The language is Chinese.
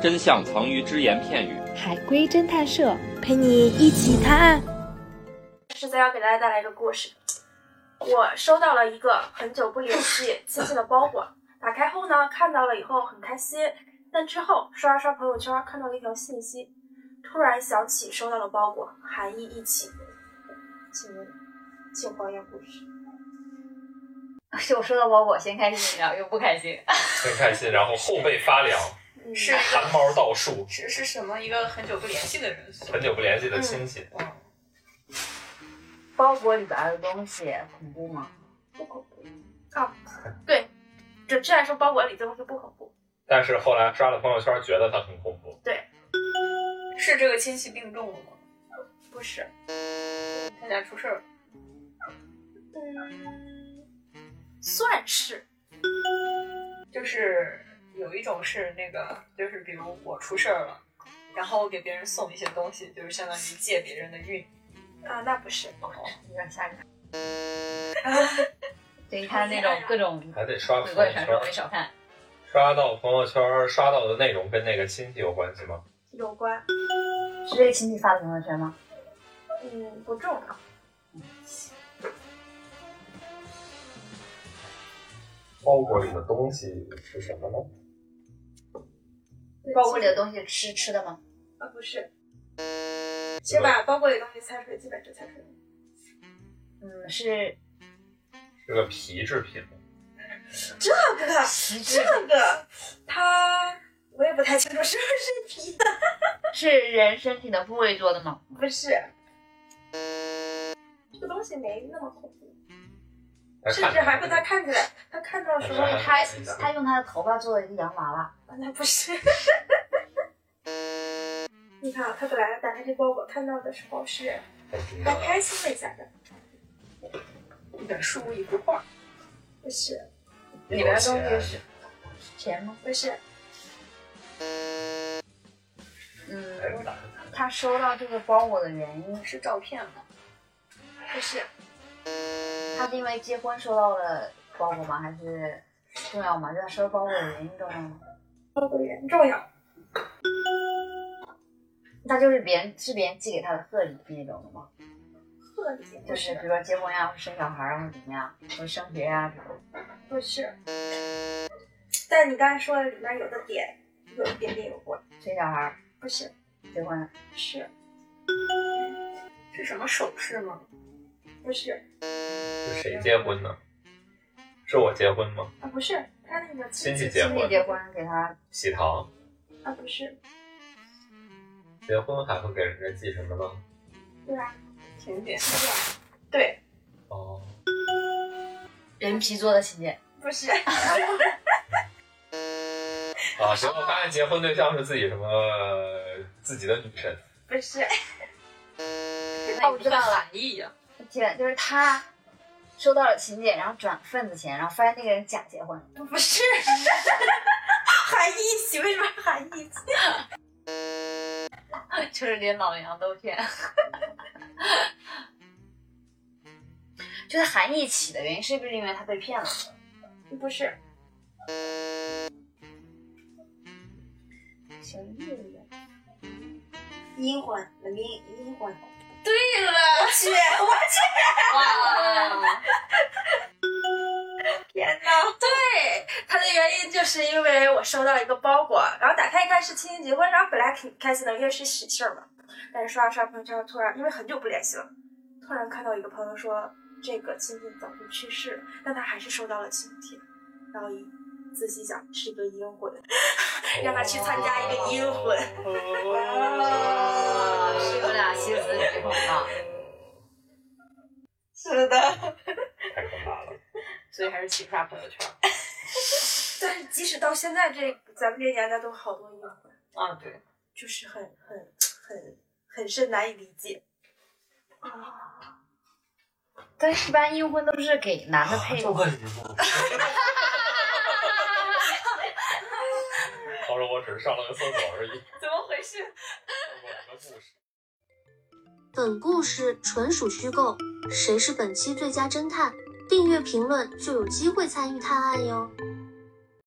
真相藏于只言片语。海龟侦探社陪你一起探案。是在要给大家带来一个故事。我收到了一个很久不联 系亲戚的包裹，打开后呢，看到了以后很开心，但之后刷了刷朋友圈，看到了一条信息，突然想起收到的包裹，含义一起，请请还原故事。 我收到包裹，先开 心，然后又不开心。很开心，然后后背发凉，嗯是一个汗毛倒竖，是是什么一个很久不联系的人？很久不联系的亲戚，包裹里边的东西恐怖吗？不恐怖 啊，对，准确来说，包裹里的东西不恐怖。但是后来刷了朋友圈，觉得他很恐怖。是这个亲戚病重了吗？不是，他家出事儿了，嗯，算是就是有一种是那个，就是比如我出事儿了，然后我给别人送一些东西，就是相当于借别人的运。啊，那不是，有点吓 人。对，一看那种各种还得刷鬼朋怪友传说没圈，少看。刷到朋友圈刷到的内容跟那个亲戚有关系吗？有关，是这个亲戚发的朋友圈吗？嗯，不重要。包裹里的东西是什么呢？包裹里的东西吃吃的吗？啊，不是，请把包裹里的东西猜出来，基本就猜出来了。嗯， 是是个皮制品吗。这个，皮质这 个，它我也不太清楚是不是皮的，是人身体的部位做 的吗？不是。这个东西没那么恐怖，来甚至还看被他看起来，他看到时候哎呀他他用他的头发做了一个洋娃娃，啊那不是。你看啊，他本来打开这包裹看到的时候是他啊开心了一下的，一本书，一幅画，不是，里边的东西是是钱吗？不是，哎嗯，他收到这个包裹的原因，是照片吗？不是，他是因为结婚收到了包裹吗？还是重要吗？就他收到包裹的原因重要吗？包裹也很重要，那就是别人是别人寄给他的贺礼那种的吗？特别就不是是，比如说结婚呀、或者生小孩啊，或者怎么样，或者升学呀、这种。不是。但你刚才说的里面有的点有一点点有关，生小孩儿、不是，结婚，是是什么首饰吗？不是是谁结婚呢？是我结婚吗？啊？不是，他那个亲戚戚结亲婚戚结婚给他喜糖啊，不是，结婚还会给人家寄什么呢？对啊，甜点，对，哦，人皮做的请柬，不是， 啊，结果发现结婚对象是自己什么呃自己的女神，不是，哦我知道了含义呀。天，就是他收到了请柬，然后转份子钱，然后发现那个人假结婚，不是，喊一起，为什么喊一起？就是连老娘都骗。 就是含义起的原因，是不是因为他被骗了？不是。小意思。阴魂，阴阴魂。对了，去，我哇，天哪！对，它的原因就是因为我收到了一个包裹，然后打开一看是亲戚结婚，然后哎本来挺开心的，因为是喜事儿嘛。但是刷着刷朋友圈，突然因为很久不联系了，突然看到一个朋友说这个亲戚早就去世了，但他还是收到了请帖，然后一仔细想是一个阴魂， 让他去参加一个阴婚。哦哦，是有啊俩西子离婚了。是的，太可怕了。所以还是请刷朋友圈。但是即使到现在这咱们这年代都好多阴魂，啊，对，就是很很很很是难以理解。但是一般阴婚都是给男的配，快结婚？ 他说我只是上了个厕所而已。怎么回事？我的故事。本故事纯属虚构，谁是本期最佳侦探？订阅评论就有机会参与探案哟。